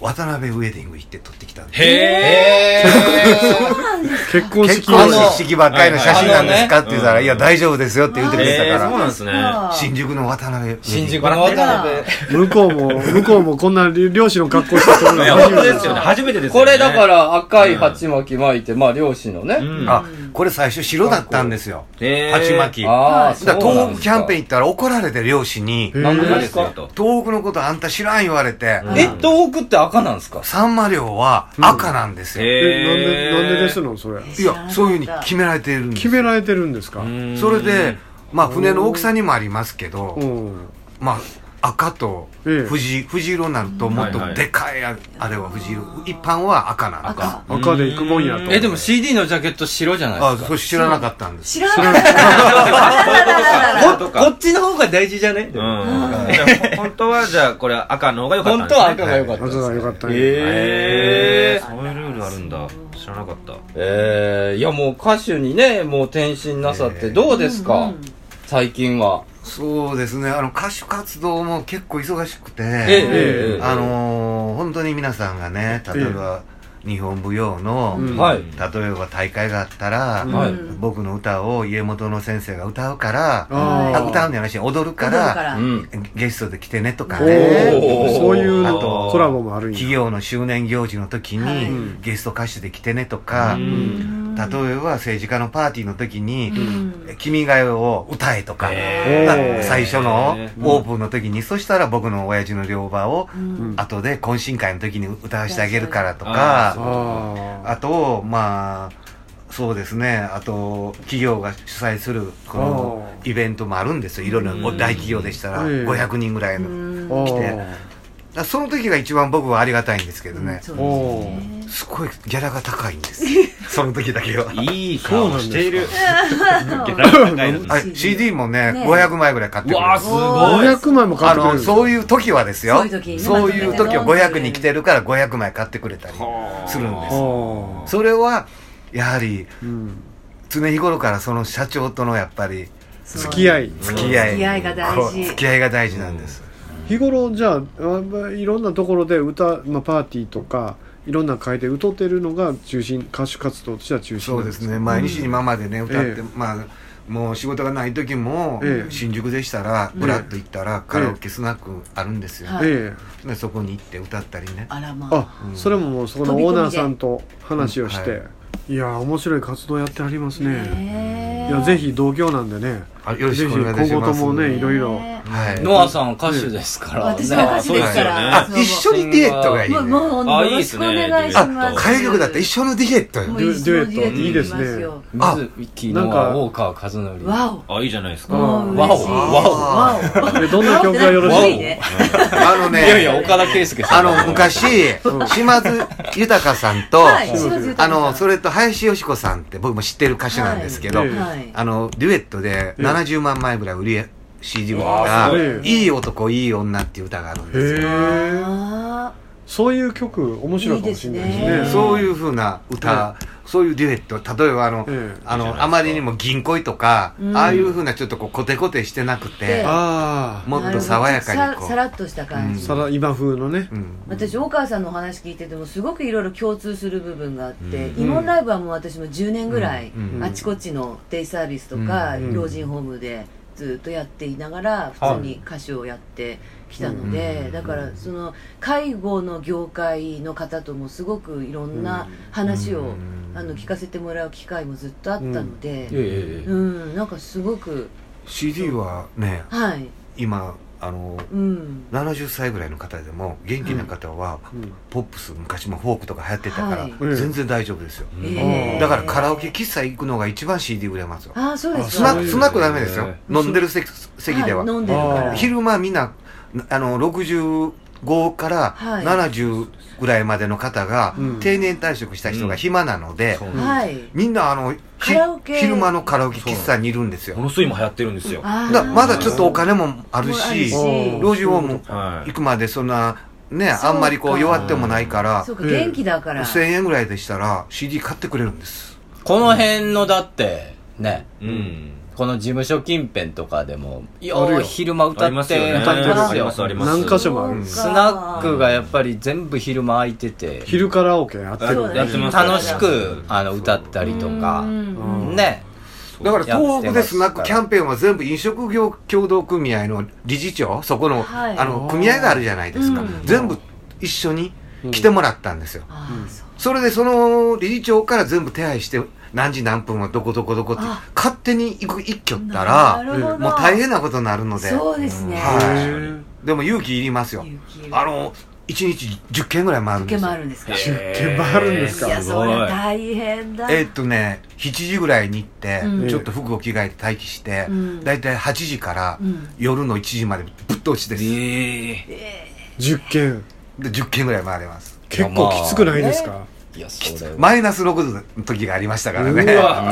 Speaker 3: 渡辺ウェディング行って撮ってきたんです
Speaker 1: い。へー。
Speaker 2: 結婚
Speaker 3: 結
Speaker 2: 式
Speaker 3: 婚
Speaker 2: は
Speaker 3: 式式ばっかりの写真なんですか
Speaker 1: あ
Speaker 3: っ
Speaker 1: の
Speaker 3: て言ったら、いや大丈夫ですよって言ってくれ
Speaker 5: ええ、
Speaker 3: た
Speaker 5: そ
Speaker 3: か
Speaker 5: うなん
Speaker 3: ら
Speaker 5: ですね。
Speaker 3: 新宿の渡辺ウェディング
Speaker 1: 新宿の渡辺。
Speaker 2: 向こうも向こうもこんな漁師の格好して撮るの
Speaker 5: いや、
Speaker 2: 初
Speaker 5: 本
Speaker 2: め
Speaker 5: 当
Speaker 2: て
Speaker 5: ですよね。初めてですよ
Speaker 1: こ
Speaker 5: ね。
Speaker 1: れだから赤い鉢巻き巻いて、まあ漁師のね。
Speaker 5: うん。
Speaker 3: あこれ最初白だったんですよ
Speaker 5: え
Speaker 3: 鉢巻きだか
Speaker 1: ああ、
Speaker 3: ら東北キャンペーン
Speaker 1: ン。
Speaker 3: 行ったら怒られて漁師に
Speaker 1: なんで
Speaker 5: き
Speaker 1: で
Speaker 5: ですすよ
Speaker 1: か
Speaker 5: と。
Speaker 3: 東北のことあんた知らん言われて
Speaker 1: え、東北って赤なんですか
Speaker 3: サンマ漁は赤なんですよ、
Speaker 2: えなんでなんでですのそれ
Speaker 3: いやそういうふうに決められてるんです
Speaker 2: 決められてるんですか
Speaker 3: それでまあ船の大きさにもありますけど、
Speaker 2: うん
Speaker 3: まあ赤と藤,、藤色になるともっとでかいああれは藤色一般は赤なんです
Speaker 1: 赤赤で行くもんやとえでも CD のジャケット白じゃないですか
Speaker 3: あそれ知らなかったんです
Speaker 4: 知らなかった
Speaker 1: ここっちの方が大事じゃね
Speaker 5: 本当はじゃあこれ赤の方が良かった
Speaker 1: 本
Speaker 5: ん
Speaker 1: 当
Speaker 5: ですね
Speaker 1: は赤が良かった赤が良かったええ
Speaker 5: そういうルールあるんだ知らなかった
Speaker 1: えー、いやもう歌手にねもう転身なさってどうですか、最近は
Speaker 3: そうですねあの歌手活動も結構忙しくて、
Speaker 1: えええ
Speaker 3: あのー本当に皆さんがね例えば、日本舞踊の、
Speaker 1: うんはい
Speaker 3: 例えば大会があったら、
Speaker 1: はい
Speaker 3: 僕の歌を家元の先生が歌うから、
Speaker 2: あー
Speaker 3: あ歌うんじゃないし踊るから
Speaker 2: 踊るからうん
Speaker 3: ゲストで来てねとか
Speaker 2: お
Speaker 3: ね
Speaker 2: ーそういうの
Speaker 3: あと
Speaker 2: コラボもあるんや
Speaker 3: 企業の周年行事の時に、
Speaker 2: はい
Speaker 3: ゲスト歌手で来てねとか、例えば政治家のパーティーの時に「君が代」を歌えとか、
Speaker 2: へー
Speaker 3: 最初の
Speaker 2: へー
Speaker 3: オープンの時に、そしたら僕の親父の両場を後で懇親会の時に歌わせてあげるからとか、あとまあそうですねあと企業が主催するこのイベントもあるんですよいろいろ
Speaker 2: うん
Speaker 3: 大企業でしたら
Speaker 2: うん
Speaker 3: 500人ぐらいの
Speaker 2: うん
Speaker 3: 来て
Speaker 2: あー
Speaker 3: だからその時が一番僕はありがたいんですけどね,、
Speaker 2: うんそうです
Speaker 3: ごいギャラが高いんです その時だけはいい
Speaker 5: 顔をしている
Speaker 3: ギ
Speaker 5: ギ
Speaker 3: ャ
Speaker 5: ャ
Speaker 3: ラが
Speaker 5: ラが
Speaker 3: 高
Speaker 5: 高
Speaker 3: い
Speaker 5: い
Speaker 3: の
Speaker 5: の
Speaker 3: CD もね
Speaker 5: ね
Speaker 3: 500枚ぐらい買ってくれる
Speaker 5: うわすごい
Speaker 2: 500枚も買ってくれる
Speaker 3: あのそういう時はですよ
Speaker 2: そういう時にね
Speaker 3: そういう時は
Speaker 2: まとめて
Speaker 3: 500に来てるから500枚買ってくれたりするんですそれはやはり常日頃からその社長とのやっぱり
Speaker 2: 付き合い
Speaker 3: 付き合い
Speaker 2: 付き合いが大事
Speaker 3: こう付き合いが大事なんです
Speaker 2: 日頃じゃああまあいろんなところで歌、まあ、パーティーとかいろんな会で歌ってるのが中心歌手活動としては中心
Speaker 3: そうですね毎日今までね歌って
Speaker 2: え
Speaker 3: まあもう仕事がない時も
Speaker 2: ええ
Speaker 3: 新宿でしたら
Speaker 2: え
Speaker 3: ブラッと行ったらカラオケスナックあるんですよ
Speaker 2: はいえ
Speaker 3: でそこに行って歌ったりね
Speaker 4: あらま
Speaker 2: あ、それももうそこのオーナーさんと話をして、
Speaker 3: うん
Speaker 2: い
Speaker 3: は
Speaker 2: やー面白い活動やってありますねいやぜひ同業なんでね
Speaker 3: あよろしくお願いいたします
Speaker 2: ぜひ今後ともねいろいろ、
Speaker 3: はい
Speaker 1: ノアさんは歌手ですからね
Speaker 2: 私も歌手ですから
Speaker 1: あそう
Speaker 3: あ一
Speaker 1: です
Speaker 3: 緒
Speaker 1: よね
Speaker 3: にデートがいいね
Speaker 1: もうもうあいいですねよろしくお願いします
Speaker 3: あ歌謡曲だったら一緒のデュエットよ
Speaker 1: もう一緒のデュエットいいですね
Speaker 3: あ
Speaker 1: 水木
Speaker 3: なん
Speaker 1: ノ
Speaker 3: か
Speaker 1: アウォーカー和則
Speaker 4: わ
Speaker 5: おあいいじゃないですか
Speaker 1: わお
Speaker 5: わお
Speaker 1: わお
Speaker 2: え どんな曲がよろしいの
Speaker 3: あのね
Speaker 1: いやいや岡田圭佑さ
Speaker 3: あ
Speaker 1: ん
Speaker 3: の昔島津豊さんと、
Speaker 1: はい島津豊
Speaker 3: あのそれと林芳子さんって僕も知ってる歌手なんですけど、
Speaker 1: はいはい
Speaker 3: あのデュエットで
Speaker 1: ええ
Speaker 3: 70万枚ぐらい売り CD を売っ
Speaker 2: わ
Speaker 3: た
Speaker 2: あす
Speaker 3: 「いい男いい女」っていう歌があるんですよ、
Speaker 2: へえそういう曲面白いかもしれないですね
Speaker 3: そういうふうな歌、そういうデュエット例えばあの,、あのあまりにも銀恋とか、
Speaker 4: うん
Speaker 3: ああいうふうなちょっとこうコテコテしてなくて、
Speaker 4: であ
Speaker 3: もっと爽やかにこ
Speaker 4: さ
Speaker 3: う
Speaker 4: さらっとした感じ、
Speaker 2: さら今風のね、
Speaker 4: 私大川さんのお話聞いててもすごくいろいろ共通する部分があって、
Speaker 2: うん
Speaker 4: イモンライブはもう私も10年ぐらい、
Speaker 2: うんうん
Speaker 4: あちこちのデイサービスとか、
Speaker 2: うん
Speaker 4: 老人ホームでずっとやっていながら普通に歌手をやってきたので、
Speaker 2: うん
Speaker 4: だからその介護の業界の方ともすごくいろんな話を、あの聞かせてもらう機会もずっとあったので、
Speaker 3: うんいえいえいえ
Speaker 4: うんなんかすごく
Speaker 3: CD はね、
Speaker 4: はい
Speaker 3: 今あの、
Speaker 4: うん
Speaker 3: 70歳ぐらいの方でも元気な方は、ポップス昔もフォークとか流行ってたから、
Speaker 4: はい
Speaker 3: 全然大丈夫ですよ、
Speaker 4: ええ
Speaker 3: だからカラオケ喫茶行くのが一番 CD 売れますよ
Speaker 4: あーそうですか
Speaker 3: スナックスナックダメですよ、
Speaker 4: ええ
Speaker 3: 飲んでる席席で
Speaker 4: は
Speaker 3: は、
Speaker 4: い飲んでるから
Speaker 3: あー昼間みんなあの65から
Speaker 4: はい
Speaker 3: 70ぐらいまでの方が、定年退職した人が暇なので、
Speaker 4: んはい
Speaker 3: みんなあの
Speaker 4: カラオケ
Speaker 3: 昼間のカラオケ喫茶にいるんですよものすごい今流行ってるんですよだまだちょっとお金もあ
Speaker 4: あ
Speaker 3: る
Speaker 4: る
Speaker 3: し
Speaker 4: し
Speaker 3: 老人ホーム行くまでそんなね
Speaker 4: そうか
Speaker 3: あんまりこう弱ってもないから
Speaker 4: そうか元気だから
Speaker 3: 1000円ぐらいでしたら CD 買ってくれるんです
Speaker 1: この辺のだってね、この事務所近辺とかでもよ
Speaker 2: あるよ
Speaker 1: う昼間歌
Speaker 2: ありま
Speaker 1: っ
Speaker 2: すよ
Speaker 1: て
Speaker 2: ねありますあります何箇所もある
Speaker 1: スナックがやっぱり全部昼間空いてて
Speaker 2: 昼カラオケやってる
Speaker 1: やってます楽しくあの歌ったりとかね
Speaker 3: だから東北でスナッ
Speaker 1: や
Speaker 3: ク
Speaker 1: ってます
Speaker 3: キャンペーンは全部飲食業協同組合の理事長そこの,、
Speaker 1: はい
Speaker 3: あの組合があるじゃないですか、
Speaker 1: うん
Speaker 3: 全部一緒に来てもらったんですよ、それでその理事長から全部手配して何時何分はどこどこどこって勝手に行く一挙ったら
Speaker 4: なるほど
Speaker 3: もう大変なことになるので
Speaker 4: そうですね
Speaker 3: はい、でも勇気いりますよあの1日10件ぐらい回るんです
Speaker 4: 受
Speaker 3: よ
Speaker 4: け回るんですか
Speaker 3: 10件回るんですか
Speaker 4: いやそれ大変だ
Speaker 3: えーっとね7時ぐらいに行って、
Speaker 4: うん
Speaker 3: ちょっと服を着替えて待機して、
Speaker 4: うん
Speaker 3: だいたい8時から
Speaker 4: うん
Speaker 3: 夜の1時までぶっっと押しです、
Speaker 2: 10件
Speaker 3: で10件ぐらい回れます
Speaker 2: 結構きつくないですか、
Speaker 3: いやマイナス6度の時がありましたからね
Speaker 1: うわ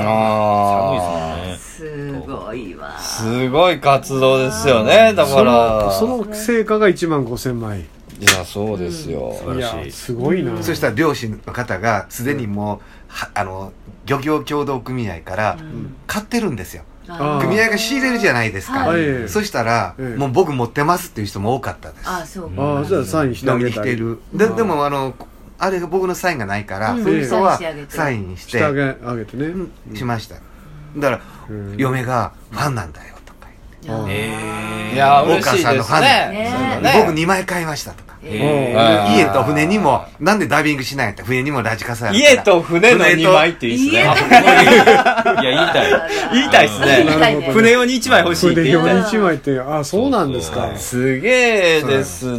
Speaker 3: 寒いです
Speaker 4: ごいわ
Speaker 1: すごい活動ですよねだから
Speaker 2: そのその成果が1万5000枚
Speaker 1: いやそうですよ、
Speaker 2: いやすごいな、
Speaker 3: そしたら漁師の方がすでにもう、はあの漁業協同組合から買ってるんですよ、
Speaker 4: あー
Speaker 3: 組合が仕入れるじゃないですか、
Speaker 2: はい
Speaker 3: そしたら、もう僕持ってますっていう人も多かったです
Speaker 4: あそう
Speaker 2: ああじゃあサインしてあ
Speaker 3: 飲み
Speaker 2: げ
Speaker 3: に来
Speaker 2: た
Speaker 3: て
Speaker 2: り
Speaker 3: るででもあのあれが僕のサインがないから、
Speaker 2: うん
Speaker 3: そういう人は
Speaker 2: サインしてあげて
Speaker 3: サインして
Speaker 2: してあげあげてね、
Speaker 3: しましただから嫁がファンなんだよとか言って
Speaker 1: いや
Speaker 3: 大川さんのファンだ
Speaker 1: 嬉しいですね
Speaker 3: そ
Speaker 1: ね
Speaker 3: うだ僕2枚買いましたとか
Speaker 1: えー
Speaker 3: 家と船にもなんでダイビングしないって船にもラジカセあるから
Speaker 1: 家と船の2枚っていいですね。いや、言いたい。 言いたいです
Speaker 2: なるほ
Speaker 1: ね。
Speaker 2: ど
Speaker 1: 船用に1枚欲しいって
Speaker 2: で
Speaker 1: 言い
Speaker 2: 4
Speaker 1: たい。
Speaker 2: 日前ってあそうなんですか
Speaker 1: すげえです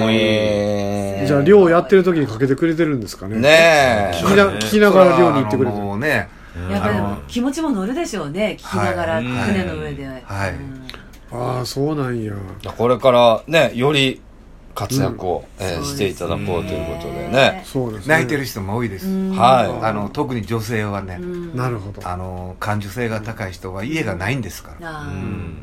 Speaker 1: ね。
Speaker 2: じゃあ漁やってる時にかけてくれてるんですかね
Speaker 1: ねえ
Speaker 2: 聞きな聞きながら漁に行ってくれてる
Speaker 3: もうね
Speaker 4: やっぱりでも気持ちも乗るでしょうね聞きながら
Speaker 1: はい
Speaker 4: 船の上で、
Speaker 3: はい。
Speaker 2: ああ、そうなんや。
Speaker 1: これからね、より活躍をえーしていただこうということでね。
Speaker 2: そう
Speaker 1: です
Speaker 3: 泣いてる人も多いです
Speaker 1: うんはい
Speaker 3: あの特に女性はね
Speaker 2: なるほど
Speaker 3: あの感受性が高い人は家がないんですから
Speaker 4: あ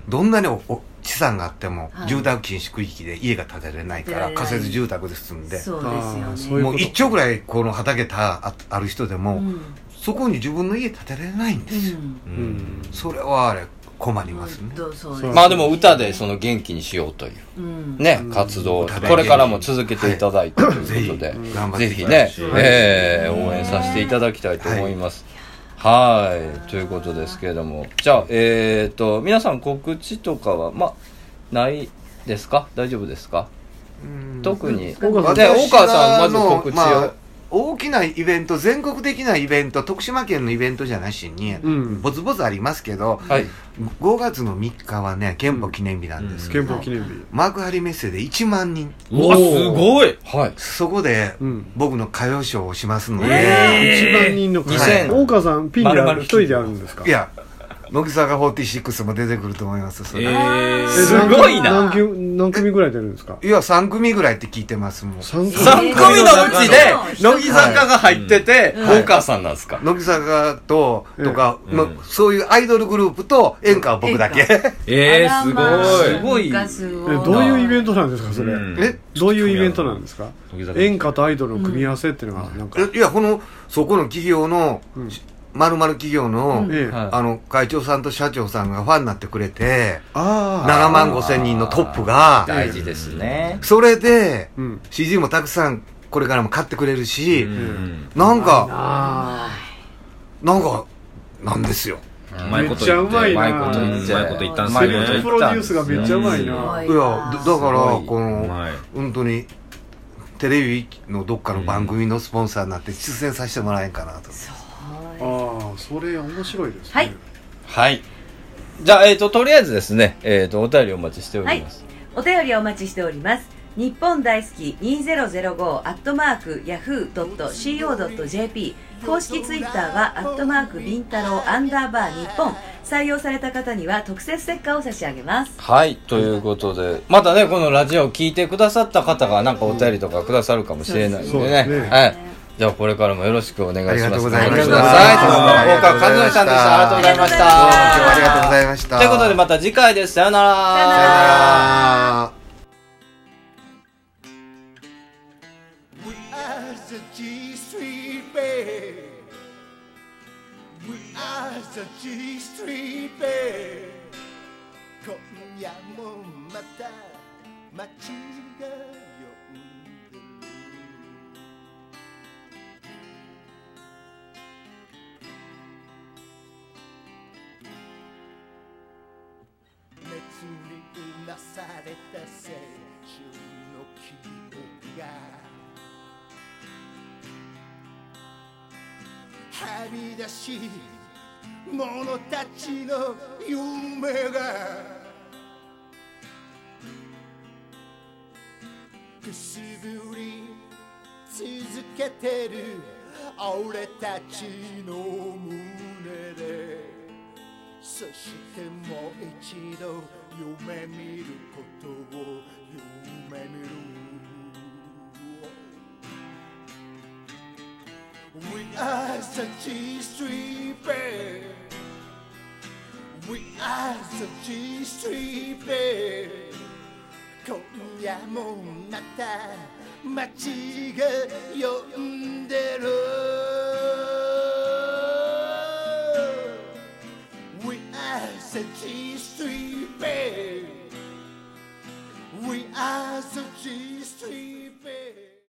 Speaker 3: どんなにおお資産があっても、
Speaker 4: はい
Speaker 3: 住宅禁止区域で家が建てられないか
Speaker 4: 建てられ
Speaker 3: ら
Speaker 4: ない
Speaker 3: 仮設住宅で住んで
Speaker 4: そうですよねあーそういう
Speaker 3: も
Speaker 4: こ
Speaker 3: う
Speaker 4: と
Speaker 3: 一丁ぐらいこの畑たあある人でも、
Speaker 4: うん
Speaker 3: そこに自分の家建てられないんですよ、うんそれはあれ困りますね、
Speaker 4: どそうです
Speaker 1: まあでも歌でその元気にしようといううんね、活動をこれからも続けていただいてということで、
Speaker 3: 頑張って
Speaker 1: ぜ
Speaker 3: い
Speaker 1: ひ
Speaker 3: ただ
Speaker 1: ね
Speaker 3: き、たい
Speaker 1: えー応援させていただきたいと思います。はい、ということですけれども、じゃあ、えっと、皆さん告知とかは、まあ、ないですか大丈夫ですか特に。で、
Speaker 3: 大
Speaker 1: 大川さん、まず告知を。
Speaker 3: 大きなイベント全国的なイベント徳島県のイベントじゃなしに、ぼつぼつありますけど、5月の3日はね憲法記念日なんですけど、
Speaker 2: 憲法記念日
Speaker 3: マークハリメッセで1万人
Speaker 2: うわすご
Speaker 1: い、はい、
Speaker 3: そこで、僕の歌謡ショーをしますので、
Speaker 2: 1万人の会大川さんピンで
Speaker 3: 丸々
Speaker 2: 一人であるんですか
Speaker 3: いや乃木坂46も出てくると思いますそれ
Speaker 2: え何組何組ぐらい出るんですか
Speaker 3: いや3組ぐらいって聞いてますもう3
Speaker 2: 組三組の
Speaker 1: うちで乃木坂が入ってて大川さんなんですか
Speaker 3: 乃木坂ととか、まあそういうアイドルグループと演歌は僕だけ
Speaker 5: えーすごいあらまあす
Speaker 1: ご
Speaker 4: い
Speaker 2: えどういうイベントなんですかそれ
Speaker 3: え
Speaker 2: どういうイベントなんですか
Speaker 3: 乃木坂
Speaker 2: 演歌とアイドルの組み合わせっていうのがなんか
Speaker 3: いやこのそこの企業の、まるまる企業の、
Speaker 2: ええ
Speaker 3: あの会長さんと社長さんがファンになってくれて
Speaker 2: あ
Speaker 3: 7万5千人のトップが
Speaker 1: 大事ですね。
Speaker 3: それで、CD もたくさんこれからも買ってくれるし、なんかなんかなんですよ
Speaker 5: うまいこと言ってめっちゃうまいなうまいこと言ってうまいこと言ったんすねセルフプロデュースがめっちゃうまいな
Speaker 3: やだだからこの本当にテレビのどっかの番組のスポンサーになって出演させてもらえんかなと、
Speaker 2: ああそれ面白いですね
Speaker 4: はい
Speaker 1: はい。じゃあ、えっ、と、とりあえずですね、えっ、と、お便りお待ちしてお
Speaker 4: は
Speaker 1: り
Speaker 4: い
Speaker 1: ます。、
Speaker 4: お便りをお待ちしております。日本大好き2005アットマークヤフー .co.jp 公式ツイッターはアットマークビンタロウアンダーバー日本採用された方には特設ステッカーを差し上げます。
Speaker 1: はい、ということで、またね、このラジオを聞いてくださった方が、なんかお便りとかくださるかもしれないんで
Speaker 5: そう
Speaker 1: ね。
Speaker 5: ですね
Speaker 1: はい。じゃあ、これからもよろしくお願いします。
Speaker 3: ありがとうございました
Speaker 1: 頑張ってくださいということで大川和
Speaker 3: あ
Speaker 1: 則
Speaker 3: り
Speaker 1: さんでし
Speaker 3: が
Speaker 1: た。ありがと
Speaker 3: とう
Speaker 1: う
Speaker 3: ご
Speaker 1: ござ
Speaker 3: ざい
Speaker 1: い
Speaker 3: ま
Speaker 1: ま
Speaker 3: し
Speaker 1: したた。
Speaker 3: ありがとうございました
Speaker 1: ということで、また次回です。さよなら。
Speaker 12: We are the G Street Band. We are the G Street Band. 今夜もまた街が呼んでる熱にうなされた青春の記憶がはみ出し者たちの夢がくすぶり続けてる俺たちの胸でそしてもう一度
Speaker 3: 夢見ることを夢見る We are such a street band We are such a street band 今夜もまた街が呼んでる We are such a street band We are such a street